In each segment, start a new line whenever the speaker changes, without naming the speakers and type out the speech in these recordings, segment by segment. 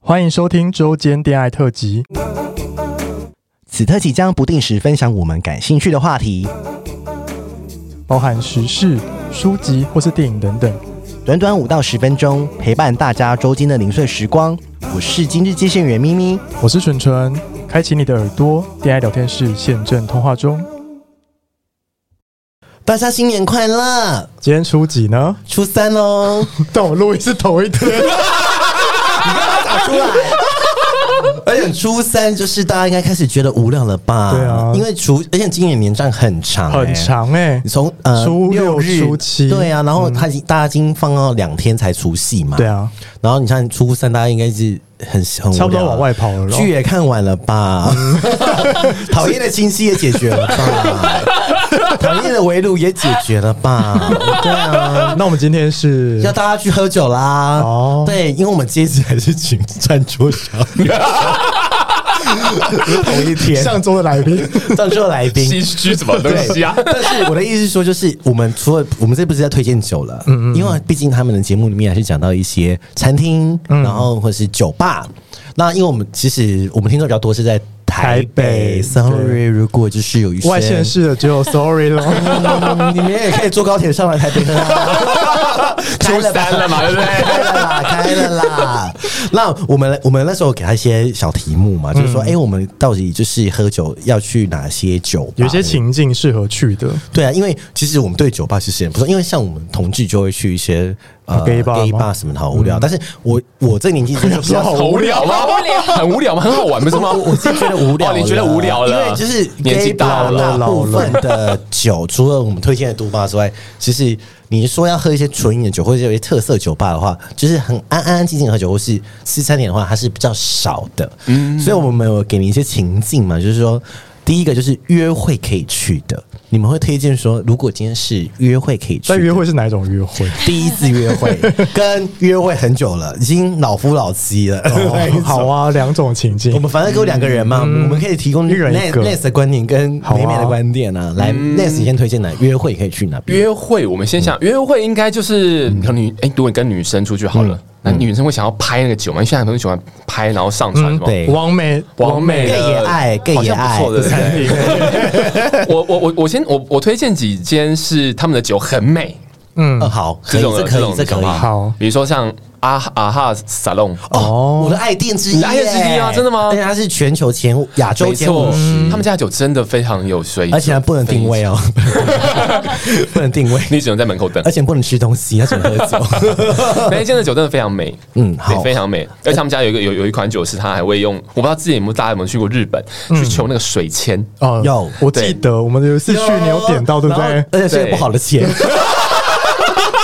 欢迎收听周间恋爱特辑。
此特辑将不定时分享我们感兴趣的话题，
包含时事、书籍或是电影等等。
短短五到十分钟，陪伴大家周间的零碎时光。我是今日接线员咪咪，
我是纯纯，开启你的耳朵，恋爱聊天室现正通话中。
大家新年快乐！
今天初几呢？
初三哦 喽，
但我录音是头一天，
打出来。而且初三就是大家应该开始觉得无聊了吧？
对啊
因为除而且今年年账很长、欸，
很。长 哎、
你从呃
初六
六日
初七
对啊，然后他已经、大家已经放到两天才除夕嘛，
对啊，
然后你像初三，大家应该是很很无聊
差不多往外跑了咯
剧也看完了吧？ 讨厌的亲戚也解决了吧？讨厌的围炉也解决了吧？对啊。
那我们今天是
要大家去喝酒啦！
哦
哦，对，因为我们接起来是请餐桌上 同一天
上周的来宾，
上桌来宾，
心虚什么东西啊？
但是我的意思是说，就是我们除了我们这不是在推荐酒了，嗯嗯，因为毕竟他们的节目里面还是讲到一些餐厅，然后或是酒吧。那因为我们其实我们听众比较多是在台
台
北
北对
，sorry，如果就是有一些
外县，市的只有 Sorry 咯。
嗯你们也可以坐高铁上来台北喝啊。
初三了嘛，对不对？
开了啦，开了啦。那我们我们那时候给他一些小题目嘛，就是说，哎、我们到底就是喝酒要去哪些酒吧？
有一些情境适合去的，
对啊，因为其实我们对酒吧其实也不是，因为像我们同志就会去一些呃
啊 gay bar 吗嗯
什么的，好无聊。但是我我这个年纪真的比 较
好啊
好无聊吗？ 很无聊吗？很好玩，不是吗？
我我是觉得无聊
哦
了，
你觉得无聊了
因为就是
年纪
gay
大
bar
了
大部分的酒， 除了我们推荐的都吧之外，其实你说要喝一些纯饮的酒，或者有一些特色酒吧的话，就是很安安安静静地喝酒，或是吃餐点的话，它是比较少的。嗯，所以我们有给你一些情境嘛，就是说。第一个就是约会可以去的，你们会推荐说，如果今天是约会可以去的，
但约会是哪一种约 会？
第一次约 会跟约会很久了，已经老夫老妻了。
好啊，两种情境
我。们反正够两个人嘛，我们可以提供
嗯一人一
Ness
个
Ness 的观点跟
好啊
美美的观点啊。来，Ness 你先推荐哪约会可以去哪边？
约会，我们先想，约会应该就是
嗯
你看女，哎、如果你跟女生出去好了，那女生会想要拍那个酒吗？因为现在很多人喜欢拍，然后上传什么。
嗯对，
王美，
完美的
更也爱更也爱
好像不错的餐厅。 我我我我先我我推荐几间是他们的酒很美，
嗯
呃，，好，可
这
以，
种
这
的
可
种
以，这
的
可以
酒。吧
好
比如说像阿哈阿哈沙龙，
哦，我的爱店之一
你
耶，哎
的爱店之一啊真的吗
而且它是全球前五，亚洲
没
前
错
五十，，
他们家的酒真的非常有水准，
嗯而且还不能定位哦， 不能定位，
你只能在门口等
而。且不能吃东西，它只能喝 酒。
那一间的酒真的非常美，
嗯，
对，
好，
非常美。而且他们家有一个有有一款酒是他还会用，我不知道自己有没有大家有没有去过日本
嗯
去求那个水签，
哦
有
我记得我们有一次 去，你有点到，对不
然
对
后？而且是不好的钱。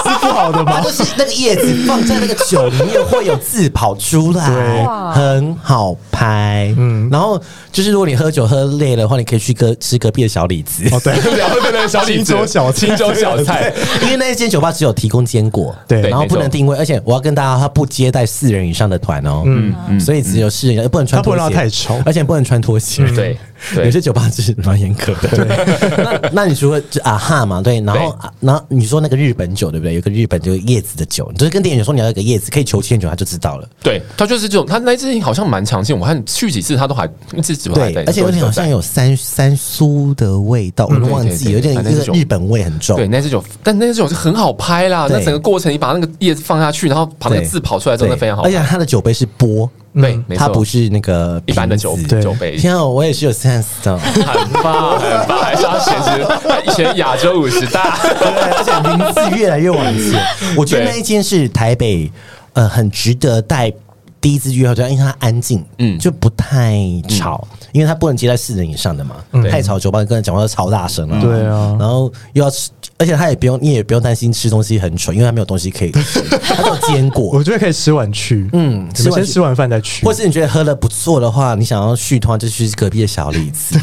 是不好的
它
吗？
就是那个叶子放在那个酒里面会有字跑出
对
来，很好拍。嗯，然后就是如果你喝酒喝累了的话，你可以去隔吃隔壁的小李子，
哦，对，
然后对对，小李
青
子
州小菜
青州小菜，
因为那间酒吧只有提供坚果，
对
然后
没错
不能定位，而且我要跟大家，他不接待四人以上的团哦，嗯，所以只有四人，不能穿
他不
拖
能让
鞋，
太吵
而且不能穿拖鞋，
嗯对
有
对
些。酒吧是蛮严格的。 那那你除了就啊哈嘛，对，然后啊然后你说那个日本酒对不对？有个日本就是叶子的酒，你就是跟店员说你要有个叶子可以求签酒，他就知道了。
对，他就是这种，他那一支好像蛮常见，我看去几次他都还一直酒还
对
在，，
而且有点好
都在
像有三三苏的味道，我都忘记，
嗯对对对
有点
反正
一
这
个
种
日本味很重。
对，那支酒，但那支酒是很好拍啦。
对
那整个过程，你把那个叶子放下去，然后把那个
对
字跑出来，真的非常
而
好拍。
且它的酒杯是波，
对，没错，
它不是那个
一般的酒
瓶子
对
酒杯，
天啊，我也是有 sense 的。
很棒很棒，还是要选择 以前亚洲五十 大。
对， 而且名字越来越往前。我觉得那一间是台北，呃，很值得带第一次约会对象，因为它安静，嗯，就不太吵，
嗯
因为它不能接待四人以上的嘛，太吵酒吧跟人讲话都超大声了，
嗯对啊
然后又要吃，而且他也不用，你也不用担心吃东西很蠢，因为他没有东西可以吃，他只有坚果。
我觉得可以吃完去，嗯，你
吃
们
完
先
去
吃完饭再去，
或是你觉得喝的不错的话，你想要续的话，就去隔壁的小李子。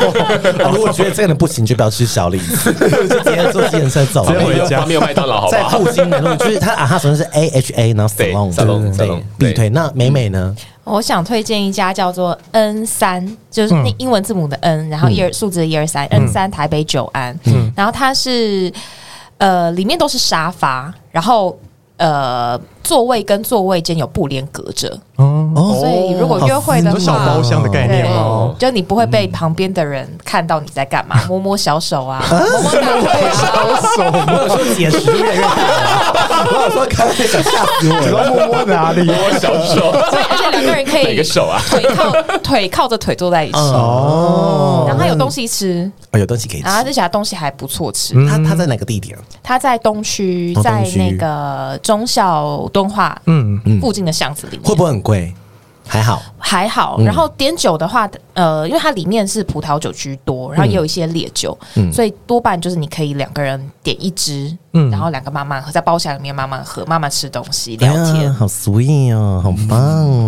哦如果觉得这个人不行，就不要吃小李子，就直接坐自行车走了。
直接回家
旁边有麦当劳，好不
在
好？
复兴南路，就是它啊，它首先是 A H A，然后
对
salon
salon，
对对
salon，
对
对
必推。那美美呢？
我想推荐一家叫做 N 三，就是
嗯
那英文字母的 N，、然后一二数字的一二三 N 三台北久安，
嗯
然后它是呃里面都是沙发，然后呃座位跟座位间有布帘隔着，
嗯，
哦
所以如果约会的
你说小包
话。
厢的概
对
念哦吗？，
就你不会被旁边的人看到你在干
嗯
嘛，摸摸小手啊，摸摸大腿 啊，
我说解释越来越大了，我有说开玩笑吓死我
只
了。
要摸摸哪里？
我小 手，
所以而且两个人可
哪
以
个手啊？
腿靠腿靠着腿坐在一起，
嗯
哦
然后他有东西吃，
哦，有东西可以吃
然。后啊这嗯家东西还不错吃。
他他在哪个地点？
他在东区
哦，
在
东区
那个中校敦化
嗯，
附近的巷子里面，
会不会很贵？还好，
还好。然后点酒的话，呃，因为它里面是葡萄酒居多，然后也有一些烈酒，所以多半就是你可以两个人点一支，
嗯
然后两个慢慢喝，在包厢里面慢慢喝，慢慢吃东西聊天，
哎呀好 sweet 哦，好棒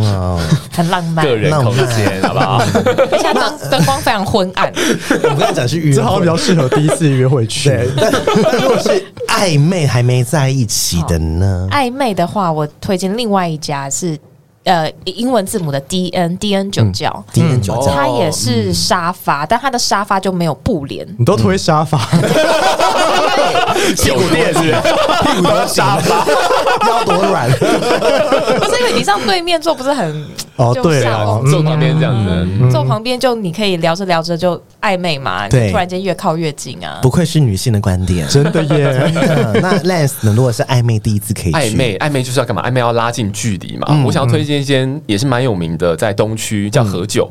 哦！
很浪漫。
个人空间，好不好？
而且它灯灯光非常昏暗，
我刚才讲是约
这好像
会
比较适合第一次约会去。
对，但但如果是暧昧还没在一起的呢？
暧昧的话，我推荐另外一家是呃英文字母的 D N D N 酒窖，
第一酒
哦
站，
它也是沙发，但它的沙发就没有布帘。
你都推沙发，
酒店是不是？
屁股多沙发，腰多软，
不是因为你上对面坐不是很
哦
就
对
下
啊
风
嗯
坐旁边这样子，
坐旁边就你可以聊着聊着就暧昧嘛，
嗯对
突然间越靠越近啊
不。愧是女性的观点。
真的耶。
嗯 那 Lance 呢？如果是暧昧第一次可以去
暧昧暧昧就是要干嘛？暧昧要拉近距离嘛。我想要推荐一间也是蛮有名的，在东区叫和酒。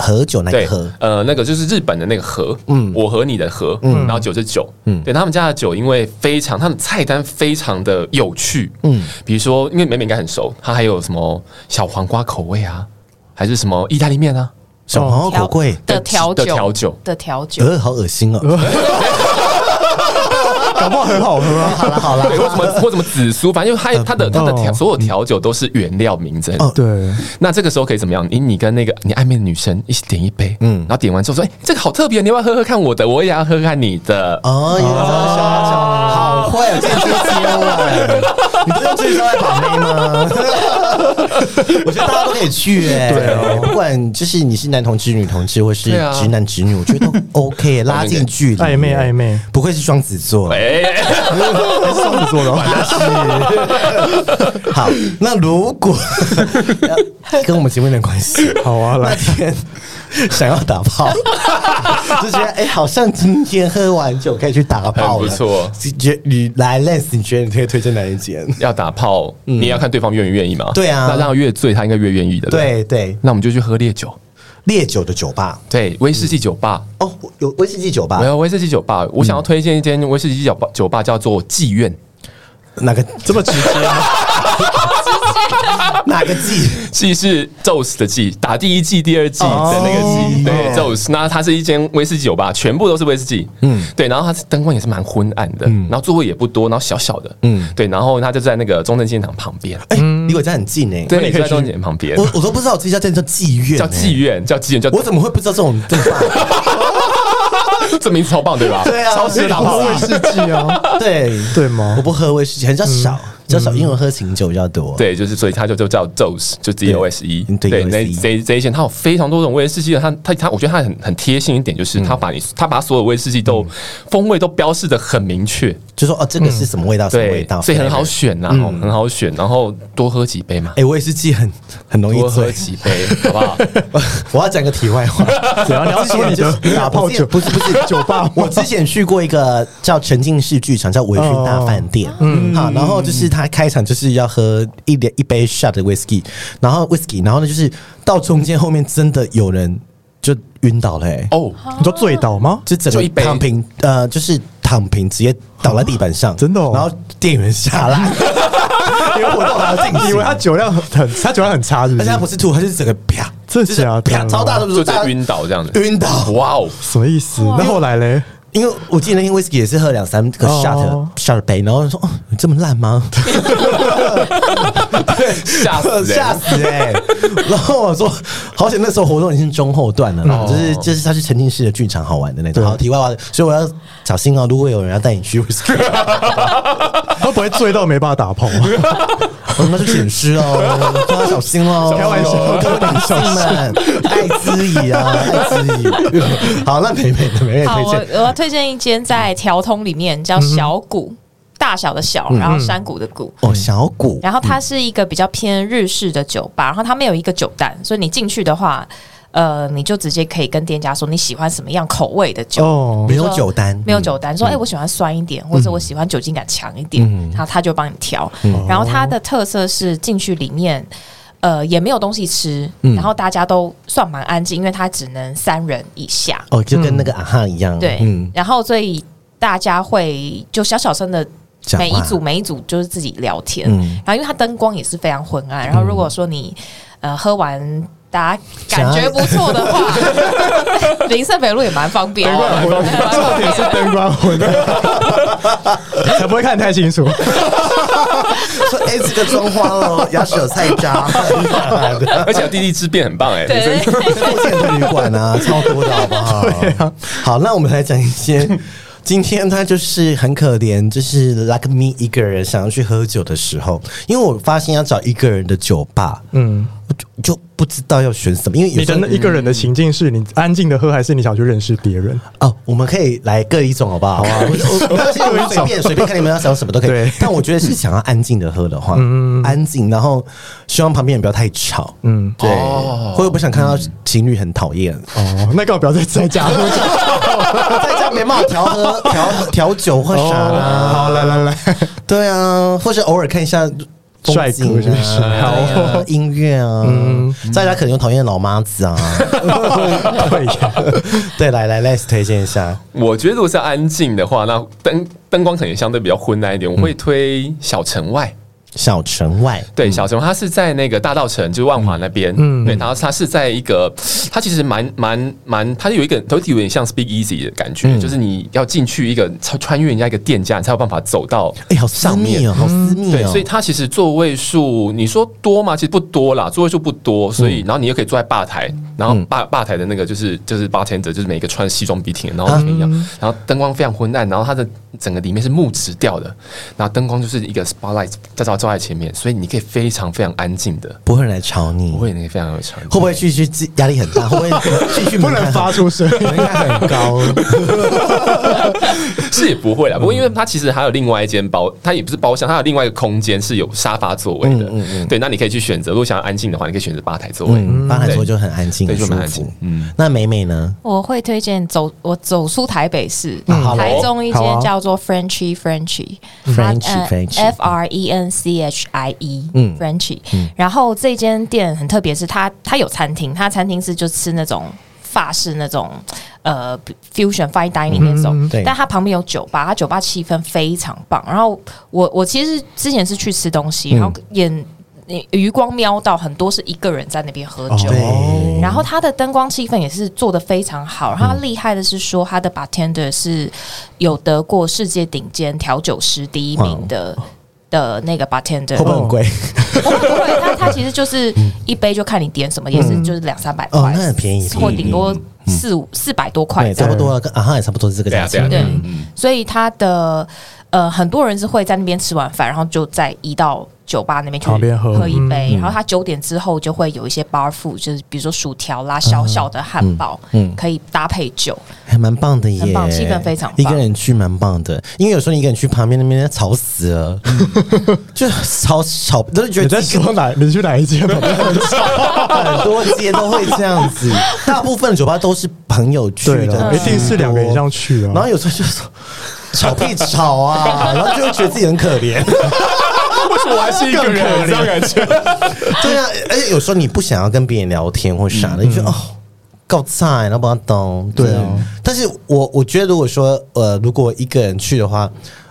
喝酒那
对
个喝，，
呃，嗯那个就是日本的那个和，嗯，我和你的和，嗯，然后酒是酒，嗯，对他们家的酒，因为非常，他们菜单非常的有趣，嗯，比如说，因为美美应该很熟，它还有什么小黄瓜口味啊，还是什么意大利面啊
小黄瓜口哦贵，
的调酒
的调酒
的调酒，
呃，好恶心 哦。
搞不好很好喝啊。
好了好了，
对，或 什么或什么紫苏，反正就是它它的它的调
哦
所有调酒都是原料名称。
嗯哦
对，
那这个时候可以怎么样？你你跟那个你暧昧的女生一起点一杯，嗯，然后点完之后说，哎，这个好特别，你要不要喝喝看我的？我也要喝喝看你的。
哦，有这么小好会有间接接吻，你不是用最招来把妹吗？我觉得大家都可以去哎、
对哦
不管就是你是男同志、女同志，或是
对啊
直男直女，我觉得都 OK，拉近距离，
暧昧暧昧，
不愧是双子座，
哎，
还是双子座的哦，
好，那如果 跟我们节目有点关系，
好啊，
那
来，
天想要打炮， 就觉得哎、好像今天喝完酒可以去打炮了，
很不错
你觉你来 Les，你觉得你可以推荐哪一间？
要打炮，你也要看对方愿不愿意嘛。
嗯对啊
那让他越醉，他应该越愿意的。，
对对，
那我们就去喝烈酒，
烈酒的酒吧
对，威士忌酒吧。
哦，有威士忌酒吧
没，有威士忌酒吧，我想
嗯
要推荐一间威士忌酒吧，酒吧叫做妓院，
哪个
这么直接 吗？
哪个季？
妓是宙斯的妓，打第一季、第二季的那个
哦
妓。对，宙斯。那它是一间威士忌酒吧，全部都是威士忌。嗯，对。然后它是灯光也是蛮昏暗的，
嗯
然后座位也不多，然后小小的。嗯，对。然后它就在那个中正纪念堂旁边，
哎、离我家很近哎、
对，就在中正纪念堂旁边
我，我都不知道我自己家店叫妓院、
叫妓
院，
院，叫妓院，叫
我怎么会不知道这种地方？
这名字超棒，对吧？
对啊
超适合打
喝
炮的
威士忌啊，
对
对吗
我不喝威士忌，很较少，比较少，因为我喝醒酒比较多。
对，就是所以它就就叫 DOS，就 D O S E。
对
对，那
DOSE
这这一线它有非常多种威士忌的，它它它，我觉得它很很贴心一点，
嗯
就是它把你它把所有威士忌都风味都标示的很明确，
就说哦，这个是什么味道？什么味
嗯对
道？，
所以很好
选。
选呐，哦很好选，然后多喝几杯嘛
哎、。我也是记很很容易
多喝
醉。
几杯，好不好？
我要讲个题外话，
怎样？你要说你的打炮酒
不是不是
酒吧吗？
我之前去过一个叫沉浸式剧场，叫维醺大饭店，嗯，好，然后就是他开场就是要喝一点一杯 shot 的 whisky，然后 whisky，然后呢就是到中间后面真的有人就晕倒了、欸，
哦，
你说醉倒吗？
就整
就一
个
杯
躺平，呃，就是躺平直接倒在地板上，
真的哦
然后店员下 来，因为活动还要进行，
以为他酒量很很，他酒量很差，是不
而
是
且他？不是吐，他是整个啪，
真的
就是
假的
啪超大的，
嗯就
大家
在晕倒这样子。
晕倒，
哇哦，
什么意思？那后来嘞？
因为我记得那天 whisky 也是喝两三个
哦
shot、shot 杯，然后说哦，你这么烂吗？
吓死人！
吓死哎、然后我说好险，那时候活动已经中后段了啦，
哦
就是就是它是沉浸式的剧场，好玩的那种。
对
好，题外话，所以我要小心哦，如果有人要带你去 whisky，
他不会醉到没办法打炮啊吗？
我们是舔尸哦，大家小心哦。
开玩笑
各位女性 们，爱之以啊，爱之以。好，那美美的美美
好，
呃推
我
荐。嗯
我要推荐一间在条通里面叫小谷，大小的小，然后山谷的谷。
哦，小谷
然后它是一个比较偏日式的酒吧，然后他们有一个酒单，所以你进去的话，呃，你就直接可以跟店家说你喜欢什么样口味的酒。
哦
没有酒单，
没有酒单，说
嗯
哎、我喜欢酸一点，或者我喜欢酒精感强一点，然后他就帮你调。
嗯
然后它的特色是进去里面，呃，也没有东西吃，
嗯
然后大家都算蛮安静，因为它只能三人以下，
哦，就跟那个啊哈一样，
对，
嗯，
然后所以大家会就小小声的
讲话
每一组每一组就是自己聊天，
嗯
然后因为它灯光也是非常昏暗，然后如果说你呃喝完。大家感觉不错的话， 林森北路也蛮方便的，
重点是灯光混的，才不会看太 清楚。
说哎，这个装花哦，要是有菜渣， 啊
而且有地利之便很棒哎、
对对对，
多见的旅馆啊，超多的好不好？好，那我们来讲一些。今天他就是很可怜，就是 like me 一个人想要去喝酒的时候，因为我发现要找一个人的酒吧，
嗯，
我就就不知道要选什么，因为有
你
时
的
候
那一个人的情境是你安静的喝，还是你想去认识别人？
哦，我们可以来各一种，好不好？好啊， 我我我我随便随便看你们要想什么都可以
对。
但我觉得是想要安静的喝的话，安静，然后希望旁边人不要太吵。
嗯，
对，
哦
或者不想看到情侣很讨厌，
哦，那干嘛不要再在家喝酒？
在家没办法调喝调调酒或啥
哦，
啦。
好，来来来，
对啊，或是偶尔看一下风
帅哥
景
是不是
啊，对啊 音乐啊，在家可能有讨厌的老妈子 啊。
对呀，
对，来来，Let's 推荐一下。
我觉得如果是要安静的话，那灯灯光可能相对比较昏暗一点，我会推小城外。
小城外，
对，小城它是在那个大道城，就是万华那边。
嗯
嗯，对，然后它是在一个，它其实蛮蛮蛮，它有一个头体有点像 Speak Easy 的感觉，就是你要进去一个穿穿越人家一个店家，你才有办法走到。
哎，好私密哦，好私密
对，
哦
所以。它其实座位数，你说多吗？其实不多啦，座位数不多，所
嗯
以然后你又可以坐在吧台，然后吧吧台的那个就是就是 bartender，就是每一个穿西装笔挺的，然后一样，
嗯
然后灯光非常昏暗，然后它的整个里面是木质调的，然后灯光就是一个 spotlight 在照照在前面，所以你可以非常非常安静的，
不会有人来吵你，
不会那个非常有强，
会不会去去自压力很大？会不会去去
不能发出声音。
门槛很高？
是也不会
嗯
啦。不过因为它其实还有另外一间包，它也不是包厢，它有另外一个空间是有沙发座位的，对，那你可以去选择，如果想要安静的话，你可以选择吧台座位。
嗯，刚才说就很安静，
对
很舒
就蛮安
服
静。嗯
那美美呢？
我会推荐走我走出台北市，
嗯好哦
台中一
好啊
间叫做 Frenchy Frenchy 呃
Frenchy Frenchy 嗯
F R E N C H I E Frenchy，然后这间店很特别，是它它有餐厅，它餐厅是就吃那种。法式那种呃 fusion fine dining 那种，
嗯对
但它旁边有酒吧，它酒吧气氛非常棒。然后我我其实之前是去吃东西，
嗯
然后眼余光瞄到很多是一个人在那边喝酒，
嗯
哦
然后它的灯光气氛也是做的非常好。然后它厉害的是说，它的 bartender 是有得过世界顶尖调酒师第一名的。的那个 bartender，哦
会不会很贵？
不会不会，它它其实就是一杯就看你点什么，也是就是两三百
哦
块，
那很便宜
或顶多四五四百多块
对，
这
差
样
不。多啊，跟啊哈也差不多是这个
对
价
啊，对啊，
钱。
对啊
对，所以它的呃，很多人是会在那边吃完饭，然后就再移到酒吧那边去
旁边喝嗯
一杯，然后它九点之后就会有一些 bar food，就是比如说薯条啦、小小的汉堡，
嗯
可以搭配酒。
还蛮棒的耶，
很棒气氛非常棒
一个人去蛮棒的，因为有时候你一个人去旁边那边吵死 了，就吵吵，都是觉
你
得
在
自己
说哪？你去哪一间 吧？
很多街都会这样 子，大部分酒吧都是朋友去
对
的
啊
了，，一定是两个人以上去啊。
然后有时候就说吵屁吵啊，然后就会觉得自己很可怜。
为什么我还是一个人？这样感觉。
对啊，而且有时候你不想要跟别人聊天或啥的，你就觉得哦。够菜，然后不要懂。
嗯对啊，
但是我我觉得，如果说呃，如果一个人去的话，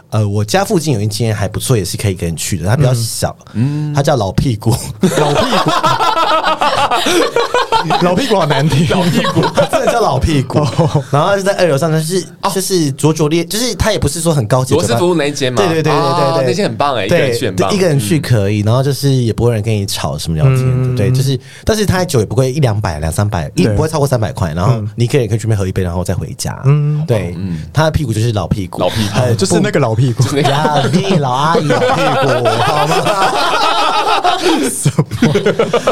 呃，我家附近有一间还不错，也是可以一个人去的，它比较小，嗯，它叫老屁股，
老屁股，老屁股好难听。老屁股，
它真的叫老屁股。然后它就在二楼上，它是
哦
就是灼灼烈，就是它也不是说很高级的
罗
酒吧，
斯福那一间嘛，
对对对对对
哦
对，
那间很棒哎，一个
对
人去很棒，
对一个人去可以，然后就是也不会有人跟你吵什么聊天的，对，就是，但是他酒也不贵，一两百、两三百，一
对
不会超过三百块，然后你一个人可以去那边喝一杯，然后再回家，嗯，
哦
对，他的屁股就是老屁股，
老屁股
很
哎就是那个老屁股，
不呀，你老阿姨 老屁股，好吗？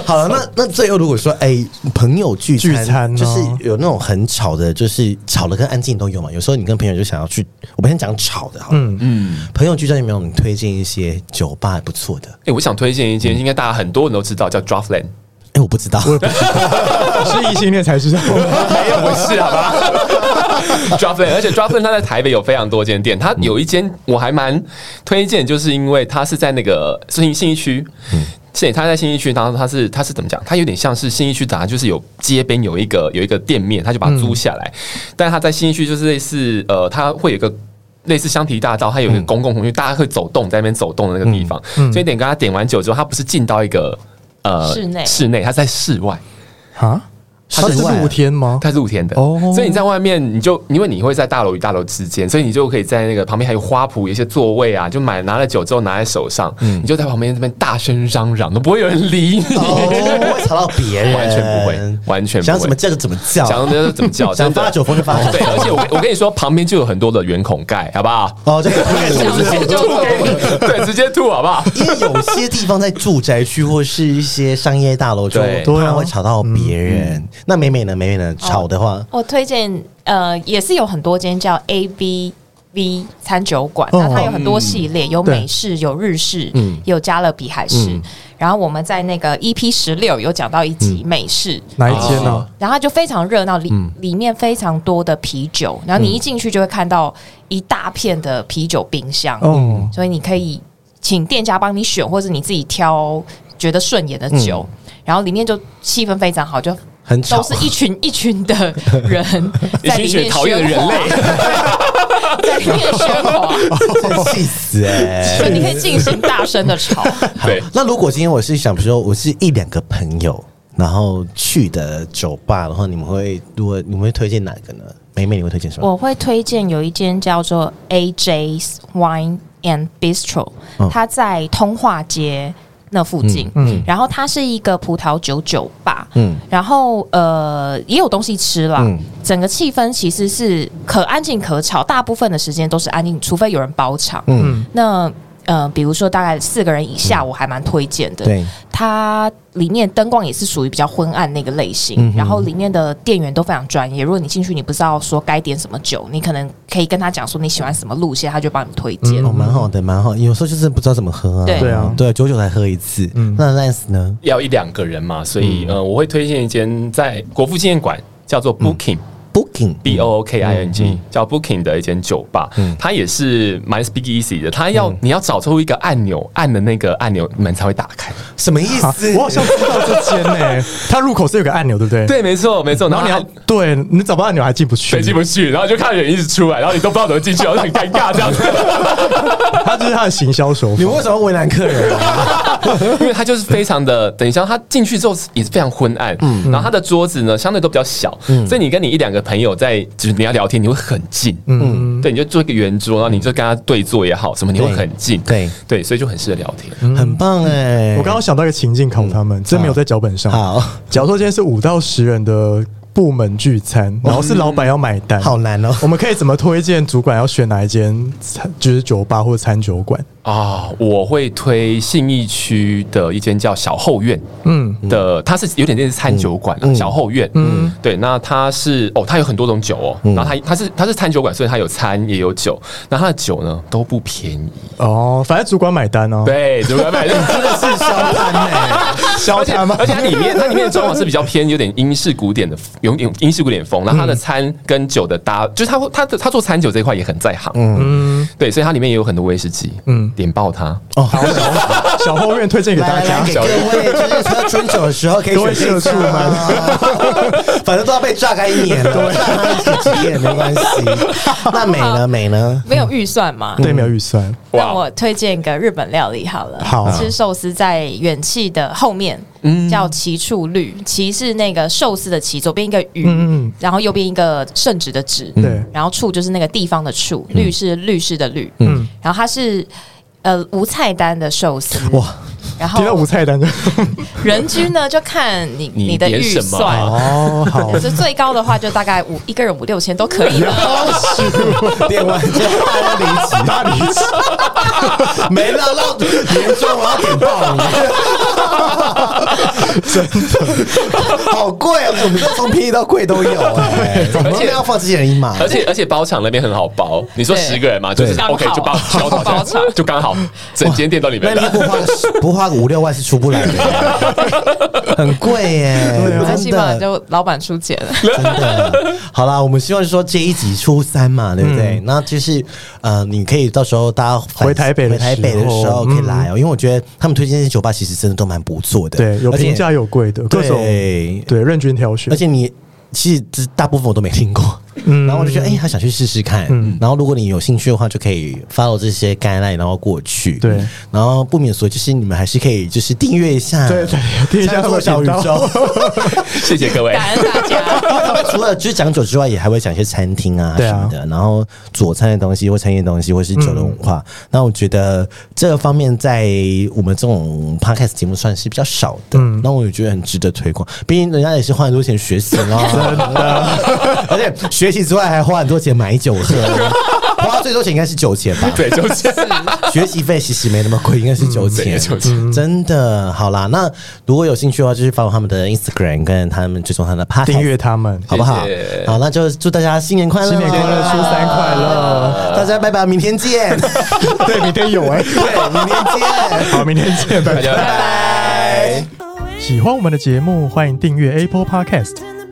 好了，那那最后后如果说哎、朋友聚餐
聚餐哦
就是有那种很吵的，就是吵的跟安静都有嘛。有时候你跟朋友就想要去，我们先讲吵的好了。
嗯，
嗯，
朋友聚餐有没有你推荐一些酒吧不错的？
哎、我想推荐一间，应该大家很多人都知道，叫 Draftland。
哎、我不知道，
是异性恋才知道。
没有，不是，好吧 ？Draftland，而且 Draftland 它在台北有非常多间店，它有一间我还蛮推荐，就是因为它是在那个信信义区。
嗯
是，它在信义区，然后它是它是怎么讲？它有点像是信义区，它就是有街边有一个有一个店面，它就把它租下来。
嗯
但它在信义区就是类似呃，它会有一个类似香堤大道，它有一个公共空间，大家会走动，在那边走动的那个地方。
嗯嗯嗯
所以点跟他点完酒之后，他不是进到一个呃
室内
室内，他在室外。
啊，
室
它是
外啊
露天吗？
它是露天的，
哦
所以你在外面，你就因为你会在大楼与大楼之间，所以你就可以在那个旁边还有花圃，有一些座位啊，就买拿了酒之后拿在手上，
嗯
你就在旁边这边大声嚷嚷，都不会有人理你，
哦，我会吵到别人，
完全不会，完全不
想
会。
怎么叫就怎么叫，
想怎么怎么叫，
想
真的
发酒疯就发酒
对，而且我我跟你说，旁边就有很多的圆孔盖，好不好？
哦，这
嗯
个
对，直接吐好不好？
因为有些地方在住宅区或是一些商业大楼，就
对
对
怕
啊
会吵到别
嗯
人。那美美呢？美美呢？吵的话，
我推荐呃，也是有很多间叫 A B。V 餐酒馆，
哦嗯
那它有很多系列，有
对
美式，有日式，有加勒比海
嗯
式。然后我们在那个 EP 十六有讲到一集
嗯
美式，
哪一间啊呢
哦？
然后它就非常热闹，里
嗯
里面非常多的啤酒，然后你一进去就会看到一大片的啤酒冰箱，
哦，
所以你可以请店家帮你选，或者你自己挑觉得顺眼的酒，然后里面就气氛非常好，就
嗯很
都
吵，
是一群一群的人
一
在
群
里
群
面
讨厌的人 类，
在里面喧哗，
哦
气死哎、
所以你可以进行大声的吵。
对。
那如果今天我是想，比如说我是一两个朋友，然后去的酒吧的话，你们会如果你们会推荐哪个呢？美美，你会推荐
哦
什么？
我会推荐有一间叫做 AJ's Wine and Bistro，、
嗯
它在通化街那附近，
嗯嗯
然后它是一个葡萄酒酒吧，
嗯
然后呃也有东西吃啦，
嗯
整个气氛其实是可安静可吵，大部分的时间都是安静，除非有人包场。
嗯，
那呃，比如说大概四个人以下，我还蛮推荐的。
对，
它里面灯光也是属于比较昏暗那个类型，
嗯
然后里面的店员都非常专业。如果你进去，你不知道说该点什么酒，你可能可以跟他讲说你喜欢什么路线，他就帮你推荐。
嗯
哦，蛮好的，蛮好。有时候就是不知道怎么喝啊，
对
对啊
对，久久才喝一次。
嗯
那 Lance 呢？
要一两个人嘛，所以、
嗯
呃，我会推荐一间在国父纪念馆，叫做 Booking、
Booking
B O O K I N G，、叫 Booking 的一间酒吧，它也是蛮 speak easy 的。它要、你要找出一个按钮，按的那个按钮门才会打开。
什么意
啊
思？
我好像知道这间呢，它入口是有个按钮，对不对？。
对，没错，没错。然
然后
后
你
你
要
要
对你找不到按钮还进不去，
谁进不去，然后就看人一直出来，然后你都不知道怎么进去，然后就很尴尬这样子。
它就是它的行销手法
你。为什么要为难客人、 啊？
因为它就是非常的，等一下它进去之后也是非常昏暗，然后它的桌子呢相对都比较小，所以你跟你一两个朋友在就是你要聊天，你会很近，
嗯，
对，你就做一个圆桌，然后你就跟他对坐也好，什么你会
对
很近，
对
对，所以就很适合聊天。
很棒哎、
嗯我刚刚想到一个情境考他们，这没有在脚本上。
好
假如说今天是五到十人的部门聚餐，然后是老板要买单，
好难哦。
我们可以怎么推荐主管要选哪一间餐，就是酒吧或餐酒馆？
啊、我会推信义区的一间叫小后院
嗯，
的，它是有点类似餐酒馆、啊，小后院。嗯，对，那它是哦，它有很多种酒哦，然后它它是它是餐酒馆，所以它有餐也有酒，那它的酒呢都不便宜。
哦，反正主管买单哦。，
对，对不对？真的是
小潘呢？
消
而且
他吗？
而且它里面它里面的装潢是比较偏有点英式古典的，有点英式古典风。然后它的餐跟酒的搭，就是它会它的它做餐酒这一块也很在行。嗯，对，所以它里面也有很多威士忌，
嗯
嗯，点爆它。
哦，好，小小后院推荐给大
来来
家
来，。给各位就是他春酒的时候可以
各位
选这一
社畜
家啊， 反正都要被榨干一年了，榨干几集也没关系。那美呢？美呢？
没有预算嘛？
对，没有预算。
那我推荐一个日本料理好了，
好嗯
吃寿司在远气的后面，叫奇处绿，奇是那个寿司的奇，左边一个鱼，
嗯嗯嗯
然后右边一个圣旨的旨，
对
然后处就是那个地方的处，绿是律师的绿，
嗯
然后它是呃无菜单的寿司，
哇，
然
提到
后
无菜单的
人均呢就看你
你
的
点
预
什么
算，
哦，好
就，是最高的话就大概五一个人五六千都可以了。
练完就大离奇，大离奇，没料到严重，我要点爆你，真的好贵啊！我们这从便宜到贵都有哎，我们真的要放这些人一马。
而且而且包场那边很好包，你说
对
十个人嘛，就是
对
刚好
OK 就包挑到
包场
就刚好整间店都里
那
面
你
的。
不花不花个五六万是出不来的，很贵耶
对啊
没，关系
真
吧，
的。
就老板出钱。
真的。好啦，我们希望是说这一集初三嘛，对不对？那就是呃，你可以到时候大家返
嗯回台北的
回台北的时
时
候
候嗯
可以来哦，因为我觉得他们推荐这些酒吧其实真的都蛮不错的，
对，有
而且
平价有贵的，各种
对
对任君挑选
而，且你其实这大部分我都没听过，
嗯
然后我就觉得哎、还想去试试看。然后如果你有兴趣的话，就可以 follow 这些 guideline，然后过去。
对，
然后不免说，就是你们还是可以就是订阅一下，
对对订阅一下
这小宇
我的
宙。
谢谢各位，
感恩大家。
他们 除了就是讲酒之外，也还会讲一些餐厅啊
对
什
啊
么的，然后佐餐的东西或餐饮的东西，或是酒的文化。
嗯
那我觉得这个方面在我们这种 podcast 节目算是比较少的，
嗯
那我也觉得很值得推广。毕竟人家也是花很多钱学习啦， 而且学习之外还花很多钱买 酒喝，花最多钱应该是酒钱吧？
对，就是
学习费其实没那么贵，应该是九千，
对九千
真的。好啦，那如果有兴趣的话，就去 follow 他们的 Instagram，跟他们追踪他的 p a
订阅他们，
好不好？
谢谢
好，那就祝大家新年快乐，
新年快乐，初三快乐，
大家拜拜，明天 见。
对，明天有哎，
对，明天见。
好，明天见，拜
大
拜。
家拜拜。
喜欢我们的节目，欢迎订阅 Apple Podcast，